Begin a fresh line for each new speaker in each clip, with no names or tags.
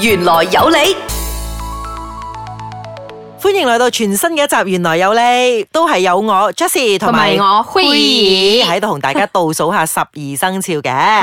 原來有你。
欢迎来到全新嘅一集《原來有你》，都係有我 Jessie 同
同埋
埋
我灰兒
喺度同大家倒數 下十二生肖嘅，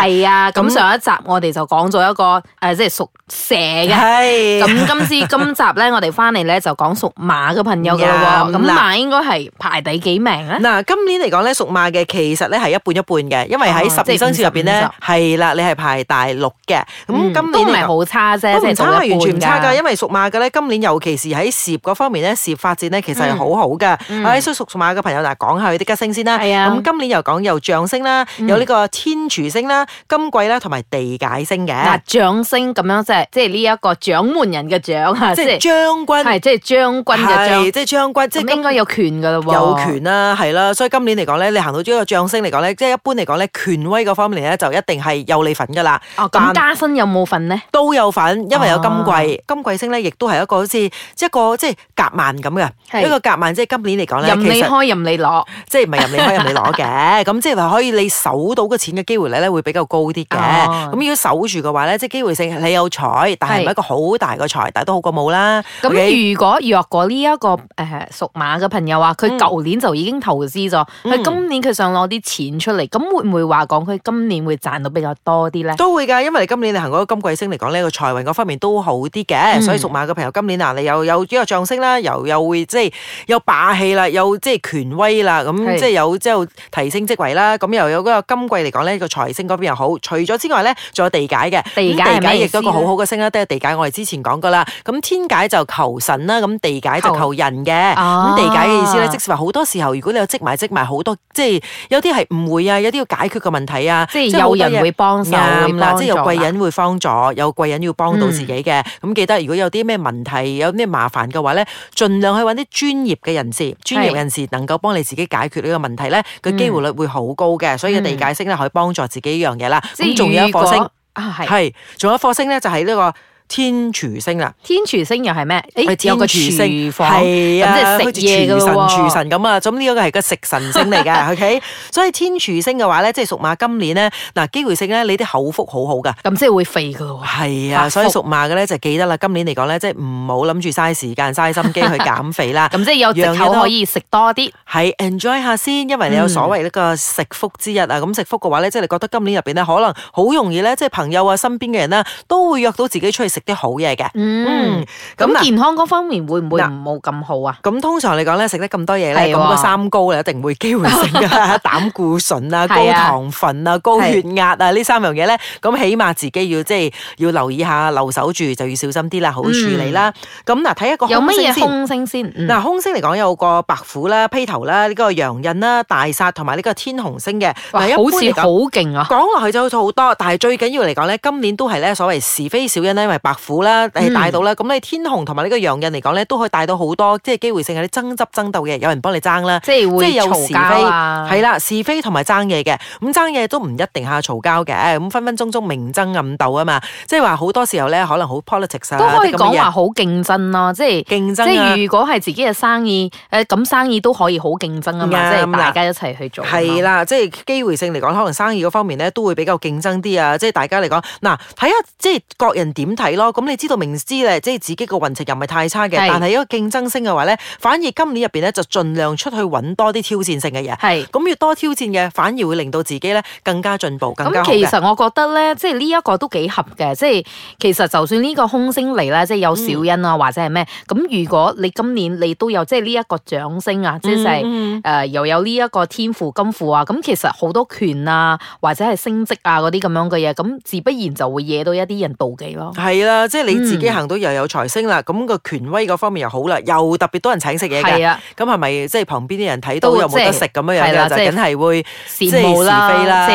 系啊，咁
咁
上一集我哋就講咗一個诶、呃即係屬蛇嘅。
係
咁今 次今集咧，我哋翻嚟咧就講屬馬嘅朋友噶啦
嗯啱
喎。
啦
咁馬應該係排第幾名咧？
嗱，今年嚟講咧，屬馬嘅其實咧係一半一半嘅，因為喺
哦
十
即
二
係
生肖入邊咧
50，
係啦，你係排第六嘅。咁
嗯
今
都
年
唔
嚟
係
講
好差啫，
都
即
唔
係
差，
到一
完全唔差
半
㗎，因為屬馬嘅咧，今年尤其是喺事業嗰方面咧，事業發展咧其實係好好嘅。
嗯
唉，所以屬馬嘅朋友嗱，講下佢啲吉星先啦。
係啊嗯
咁今年又講有象星啦，有呢個天廚星啦、金貴啦，同埋地解星嘅
嗱，，掌聲咁樣即係即係呢一個掌門人嘅掌啊，
哦即
即
係
係
將軍，
係即係將軍嘅將
係，即係將軍，即係
咁應該有權噶啦喎。
有權啦，係啦，所以今年嚟講咧，你行到呢個象星嚟講咧，即係一般嚟講咧，權威嗰方面咧就一定係有你份噶啦。
哦，
但
咁加薪有冇份咧？
都有份，因為有金貴，
啊
金貴星咧亦都係一個好似一個即係夾萬咁嘅，
係
一個夾萬即係今年嚟講
任
咧，
你
其實
開任你攞，
即係唔係任你開任你 攞嘅，咁即係話可以你搜到嘅錢嘅機會率咧會比較高啲嘅。
哦
咁如果守住嘅話咧，即係機會性你有財，但係唔係
係
一個好大嘅財，但係都好過冇啦。OK？
咁如果若果呢、一個誒、呃、屬馬嘅朋友啊，佢
嗯
舊年就已經投資咗，佢、
嗯
今年佢想攞啲錢出嚟，咁會唔會話講佢今年會賺到比較多啲咧？
都會㗎，因為你今年你行嗰個金貴星嚟講呢個財運嗰方面都好啲嘅，
嗯
所以屬馬嘅朋友今年啊嗱，你又有呢個象星啦，又又會即係有霸氣啦，有即係權威啦，咁
係
即係有即係提升職位啦，咁又有嗰個金貴嚟講呢個財星嗰邊又好。除咗之外咧，仲有地解嘅，
地解
咁
係咩
亦
意思
都一個好好嘅星啦，都係地解我哋之前講過啦。咁天解就求神啦，咁地解就
求
求人嘅。咁
哦
地解嘅意思咧，即是話好多時候，如果你有積埋積埋好多，即係有啲係誤會啊，有啲要解決嘅問題啊，
即
係
係有
好多嘢
人會幫手，會
啱啦，
幫
即係有
助啊嗯
貴
啦。
人會幫助，有貴人要幫到自己嘅。咁、記得，如果有啲咩問題、有咩麻煩嘅話咧，盡量去揾啲專業嘅人士，專業
係嗯
人士能夠幫你自己解決呢個問題咧，個機會率會好高嘅。所以地解釋咧可以幫助自己呢樣嘢啦。
即
咁
係
仲有一顆
如
星
果啊，係
係，仲有一顆星咧就係呢個天廚星啦。
天廚星又係咩？
佢
誒，哦
天
有個
廚星
廚房，
係啊，
咁即係食嘢㗎
好
咯
似廚
喎
神廚神咁啊！咁呢一個係個食神星嚟 嘅，OK。所以天廚星嘅話咧，即係屬馬今年咧，嗱機會性咧，你啲口福好好噶。
咁即係會肥噶咯喎。
係啊，
發福。
所以屬馬嘅咧就記得啦，今年嚟講咧，即係唔好諗住嘥時間、嘥心機去減肥啦
咁即係有
樣嘢
藉
都
口可以食多啲。
係 enjoy 下先，因為你有
嗯
所謂呢個食福之日啊，咁食福嘅話咧，即係你覺得今年入邊咧，可能好容易咧，即係朋友啊、身邊嘅人啦，都會約到自己出去食啲好嘢嘅。
嗯，
咁
咁
嗱。
健康嗰方面會唔會
嗱
冇咁好啊？
咁通常嚟講咧，食得咁多嘢咧，
係
咁
喎
個三高咧一定會機會性 嘅，膽固醇啊、高
係啊
糖分啊、高血壓啊呢三樣嘢咧，咁起碼自己要即係要留意下、留守住，就要小心啲啦，好處理啦。咁嗱，睇一個
嗯有
空
乜
星
嘢
先。
空星先？嗯
嗱，空星嚟講有個白虎啦、披頭啦、呢、個羊印啦、大煞同埋呢個天紅星嘅。
哇，
嗱，一
好
般
似
嚟
好
講。
勁啊！
講落去就好似好多，但係最緊要嚟講咧，今年都係咧所謂是非小人咧，因為白虎啦係
嗯
帶到啦，咁、你天紅同埋呢個羊印嚟講咧，都可以帶到好多即係機會性係啲爭執爭鬥嘅，有人幫你爭啦，
即係
即係
會
有
嘈
是
交
非
啊，
係啦，是非同埋爭嘢嘅，咁爭嘢都唔一定下嘈交嘅，咁分分鐘鐘明爭暗鬥啊嘛，即係話好多時候咧可能好 politics 啊，
都可以
啲咁嘅
講
嘢
話好競爭咯，即係。
競
即
爭啊。
係如果係自己嘅生意，誒咁生意都可以好競爭啊嘛，即
啱
係
啦
大家一齊去做啊嘛。
係啦，即係機會性嚟講，可能生意嗰方面咧都會比較競爭啲啊！即係大家嚟講，嗱睇下即係各人點睇咯。咁你知道明知咧，即係自己個運程又唔係太差嘅，
係
但係一個競爭性嘅話咧，反而今年入邊咧就盡量出去揾多啲挑戰性嘅嘢。
係。
咁越多挑戰嘅，反而會令到自己咧更加進步，更加
咁
好
其
嘅。
實我覺得咧，即係呢一個都幾合嘅，即係其實就算呢個空星嚟啦，即係有
嗯
小恩啊，或者係咩，咁如果你今年你都有即係呢一個掌聲啊，即係誒、
嗯嗯
呃又有呢一個天賦金庫啊，咁其實好多權啊，或者係升職啊嗰啲咁樣嘅嘢，咁自不然就會惹到一啲人妒忌 咯。
係啦，即係你自己
嗯
行到又有財星啦，咁、個權威嗰方面又好啦，又特別多人請食嘢
係
嘅，
啊，
咁係咪即係旁邊啲人睇到
都
又冇得
即係
食咁樣樣
係啦
嘅，就
即係
梗係會。即
羨
係
慕啦，
是非啦，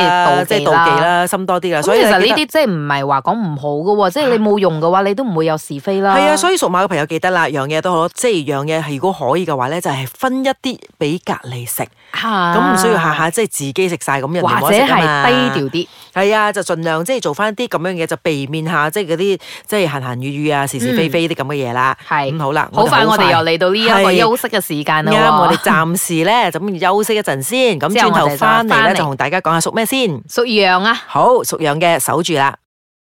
即
即
係
係妒忌。啦，心多啲啦。
咁
所以
其實
你記
呢
得
啲即係唔係話講唔好嘅喎，即係你冇用嘅話，你都唔會有是非啦。
係啊，所以屬馬嘅朋友記得啦，樣嘢都好，即係樣嘢係如果可以嘅話咧，就係分一啲俾隔離食，咁
咁
唔需要下下即係自己食晒咁，人哋
或
冇
者
得食㗎嘛
係低調。啲。
係啊，就盡量即係做翻啲咁樣嘢，就避免下即係嗰啲即係閒閒語語啊、是是非非啲咁嘅嘢啦。
係
嗯咁好啦，
好快我哋又
嚟。
嚟到呢一個
係
休息嘅時間啦喎。
啱，我哋暫時咧就咁休息一陣先，咁
之後我
轉
哋
頭
就
翻嚟
返
咧
嚟
就同大家講下屬咩先。
屬羊啊。
好，屬羊嘅守住啦。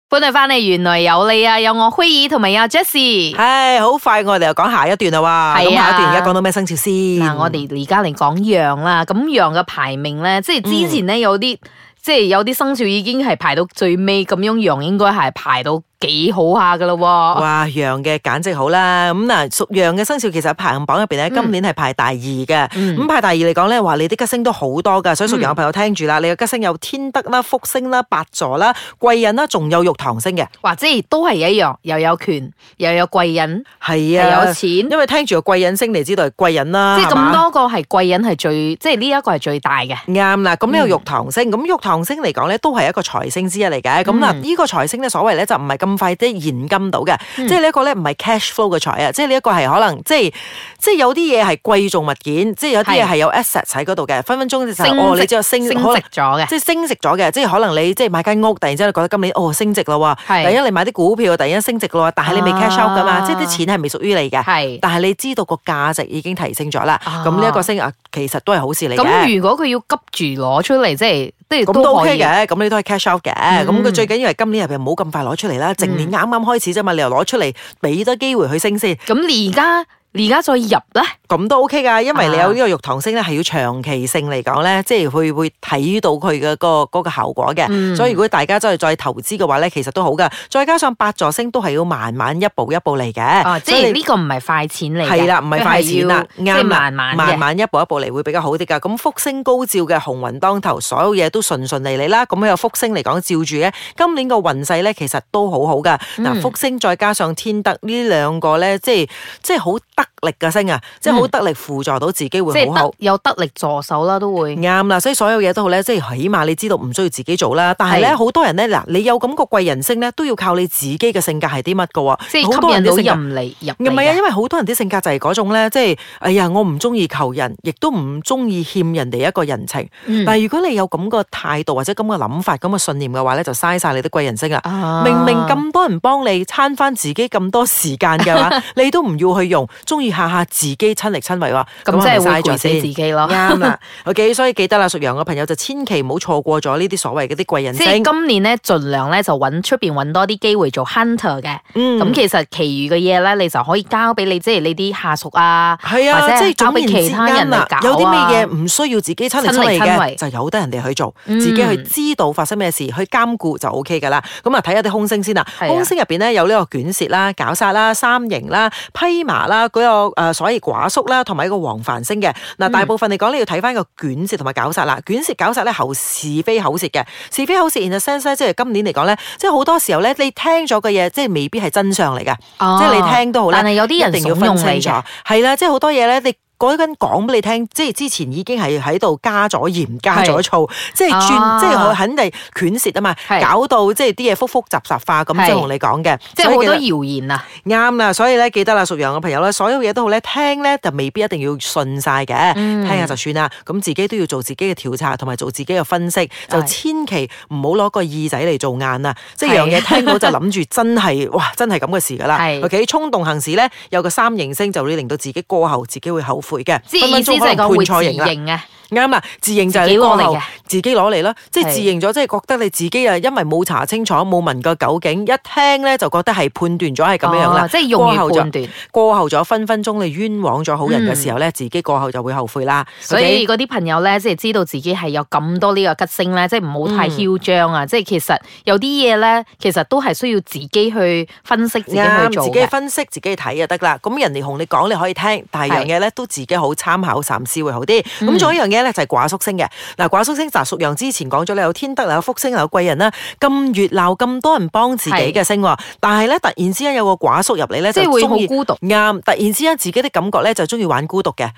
歡迎翻嚟，原來有你啊，有我輝兒同埋有 Jessie。
唉，好快我哋又講下一段啦喎，咁
係啊
下一段而家講到咩生肖先？
嗱，我哋而家嚟講羊啦，咁羊嘅排名咧，即係
嗯
之前咧有啲。即係有啲生肖已經係排到最尾，咁樣羊應該係排到幾好下噶咯喎。
哇，羊嘅簡直好啦！咁嗱，屬羊嘅生肖其實喺排行榜入邊咧，今年係排第二嘅。
嗯
咁排第二嚟講咧，話你啲吉星都好多噶，所以屬羊嘅朋友聽住啦，你嘅吉星有天德啦、福星啦、八座啦、貴人啦，仲有玉堂星嘅，
哇！即係都係一樣，又有權，又有貴人，
係
又有
啊
錢，，即
因為聽住個貴人星，你知道係貴人啦，
係
啊係嘛
咁多個係貴人係最，即係呢一個係最大嘅。
啱啦，咁呢
嗯
個玉堂星，咁玉堂星嚟講咧，都係一個財星之一嚟嘅。咁嗱，
嗯
呢個財星咧，所謂咧就唔係咁快啲現金到嘅，
嗯
即係呢一個咧唔係 cash flow 嘅財啊，即係呢一個係可能即係即係有啲嘢係貴重物件，即係有啲嘢
係
係有 asset 喺嗰度嘅，分分鐘就係
升
哦，
值
你只有升
升值啊
可能
咗嘅，
即係升值咗嘅，即係可能你即係買間屋，突然之間你覺得今年哦升值啦喎，
係
第一你買啲股票，突然間升值啦喎，但係你未 cash out 噶嘛，
啊
即係啲錢係未屬於你嘅。
係。
但係你知道個價值已經提升咗啦，
啊
咁呢一個升啊，其實都係好事嚟嘅。
咁如果佢要急住攞出嚟，即係即係
咁都
可
OK
以。
嘅，咁你都係 cash out 嘅。咁
嗯
佢、最緊要係今年入邊唔好咁快攞出嚟啦，正年啱啱開始啫嘛，你又攞出嚟，俾多機會佢升先，
咁你而家你而家再入咧，
咁都 OK 噶。因為你
啊
有呢個玉堂星咧，係要長期性嚟講咧，即係會會睇到佢嘅個嗰個效果嘅。
嗯
所以如果大家真係再投資嘅話咧，其實都好噶。再加上八座星都係要慢慢一步一步嚟嘅。
哦，即
所以
係
你
呢個唔係快錢嚟嘅，
係啦，唔係快錢啦，
佢係要即
啱
係
啦，
慢慢
慢
嘅。
慢一步一步嚟會比較好啲㗎。咁福星高照嘅鴻運當頭，所有嘢都順順利利啦。咁有福星嚟講照住咧，今年個運勢咧其實都好好㗎。嗱、
嗯
福星再加上天德呢兩個咧，即係即係好得力嘅星啊，即係好得力輔助到自己
嗯即
會
係
好好嗯
得。有得力助手啦，都會
啱啦，所以所有嘢都好咧，即係起碼你知道唔需要自己做啦。但係咧，
係
好多人咧嗱，你有咁個貴人星咧，都要靠你自己嘅性格係啲乜㗎喎。
即係
好多
吸
人
引
啲
到
性格
任嚟入
唔
嚟
係啊，
嘅。
因為好多人啲性格就係嗰種咧，即係哎呀，我唔中意求人，亦都唔中意欠人哋一個人情。
嗯
但係如果你有咁個態度或者咁嘅諗法、咁嘅信念嘅話咧，就嘥晒你啲貴人星啦。
啊
明明咁多人幫你慳翻自己咁多時間 嘅話，你都唔要去用，中意下下自己親力親為喎，
咁，即
係
係
咪
會
嘥咗
攰死
先
自己咯。
啱啦，OK，所以記得啦，屬羊嘅朋友就千祈唔好錯過咗呢啲所謂嗰啲貴人
即係
星。
今年咧，盡量咧就揾出邊揾多啲機會做 hunter 嘅。
嗯
咁其實其餘嘅嘢咧，你就可以交俾你即係你啲下屬啊，
系啊，
或者係
即係
交
總
俾
言
其
之
他人
啱啦
嚟搞。啊
有啲咩嘢唔需要自己親力親為
親力親為
嘅，就由得人哋去做，
嗯
自己去知道發生咩事，去監顧就 O K 噶啦。咁啊，睇下啲空星先啦。
係啊
空星入邊咧有呢個卷舌啦、搞煞啦、三刑啦、披麻啦，嗰個呃誒所謂寡宿啦，同埋一個黃幡星嘅。嗱，
嗯
大部分嚟講，你要睇翻個卷舌同埋搞煞啦。卷舌搞煞咧後是非口舌嘅，是非口舌 in a sense 呢即係今年嚟講咧，即係好多時候咧，你聽咗嘅嘢即係未必係真相嚟嘅。
哦
即哦係你聽都好啦
但係有啲
一
人
定要
慫
分
恿
清
你
楚
嘅，，
係啦，即係好多嘢咧，你。嗰陣講俾你聽，即係之前已經係喺度加咗鹽、加咗醋，即係轉，
啊
即係佢肯定卷舌啊嘛，
係
搞到即係啲嘢複複雜雜化咁，
係
即係同你講嘅，
即係好
所以
多
記
謠言啊。
得啱啦。所以咧，記得啦，屬羊嘅朋友咧，所有嘢都好咧，聽咧就未必一定要信晒嘅，
嗯
聽下就算啦。咁自己都要做自己嘅調查，同埋做自己嘅分析，就
係
千祈唔好攞個耳仔嚟做眼啊！即係
係
樣嘢聽到就諗住真係，哇，真係咁嘅事㗎啦。
係
OK，衝動行事咧，有個三形星就會令到自己過後自己會後悔嘅，
即係意思即
可
係
能
講
判
會
錯
自
刑啦。
認啊，
啱啦，自認就係
自
你
己
過
攞嚟
後
嘅。
自己攞嚟啦，即係
係
自認咗，即係覺得你自己啊，因為冇查清楚，冇問過究竟，一聽咧就覺得係判斷咗係咁樣樣啦
哦。即係用
過後
於
就
判斷。
過後咗分分鐘你冤枉咗好人嘅時候咧，自己過後就會後悔啦。
嗯所以嗰啲朋友咧，即係知道自己係有咁多呢個吉星咧，即係唔好
嗯
太囂張啊！即係其實有啲嘢咧，其實都係需要自己去分析、自己去
啱，
做
自己
嘅。
分析、自己睇就得啦。咁人哋同你講，你可以聽，但係樣嘢咧都自己好參考、三思會好啲。
嗯
咁仲有一樣嘢咧就係寡宿星嘅。嗱，寡宿星就係屬羊之前講咗你有天德啦、有福星啦、有貴人啦，咁熱鬧咁多人幫自己嘅星喎，但係咧突然之間有個寡宿入嚟咧，
即
就
係會好
中意
孤獨。
啱，突然之間自己的感覺咧就中意玩孤獨 嘅，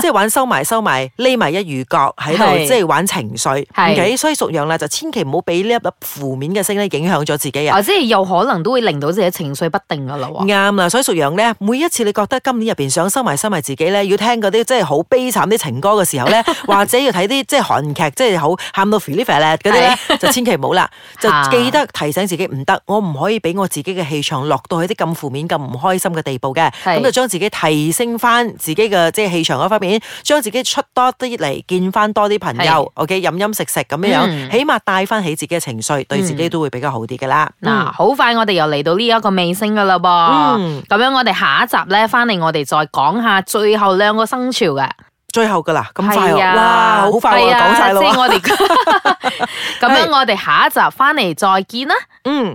即係玩收埋收埋，匿埋一隅角喺度，
係
即係玩情緒。
係
OK，所以屬羊啦，就千祈唔好俾呢一粒負面嘅星咧影響咗自己啊！
啊，即係有可能都會令到自己情緒不定噶啦喎。
啱啦，所以屬羊咧， 每一次你覺得今年入邊想收埋收埋自己咧，要聽嗰啲即係好悲慘啲情歌嘅時候咧，或者要睇啲即係韓劇，即係好喊到 f r e e 咧嗰啲咧，就千祈唔好啦，就
啊
記得提醒自己唔得，我唔可以俾我自己嘅氣場落到去啲咁負面、咁唔開心嘅地步嘅，
係
咁就將自己提升翻自己嘅即係氣場嗰方面，將自己出多啲嚟見翻多啲朋
係
友，OK 飲飲食食咁樣樣，
嗯
起碼帶翻起自己嘅情緒，對自己都會比較好啲噶啦。
嗱，好快我哋又嚟到呢一個尾聲噶啦
嗯
噃，咁樣我哋下一集咧翻嚟，我哋再講下最後兩個生肖嘅，
最後噶啦，咁快
係
喎，
啊
哇，好快
係
喎，
啊
講晒啦
即
喎，
係我哋咁樣，我哋下一集翻嚟再見啦。
嗯。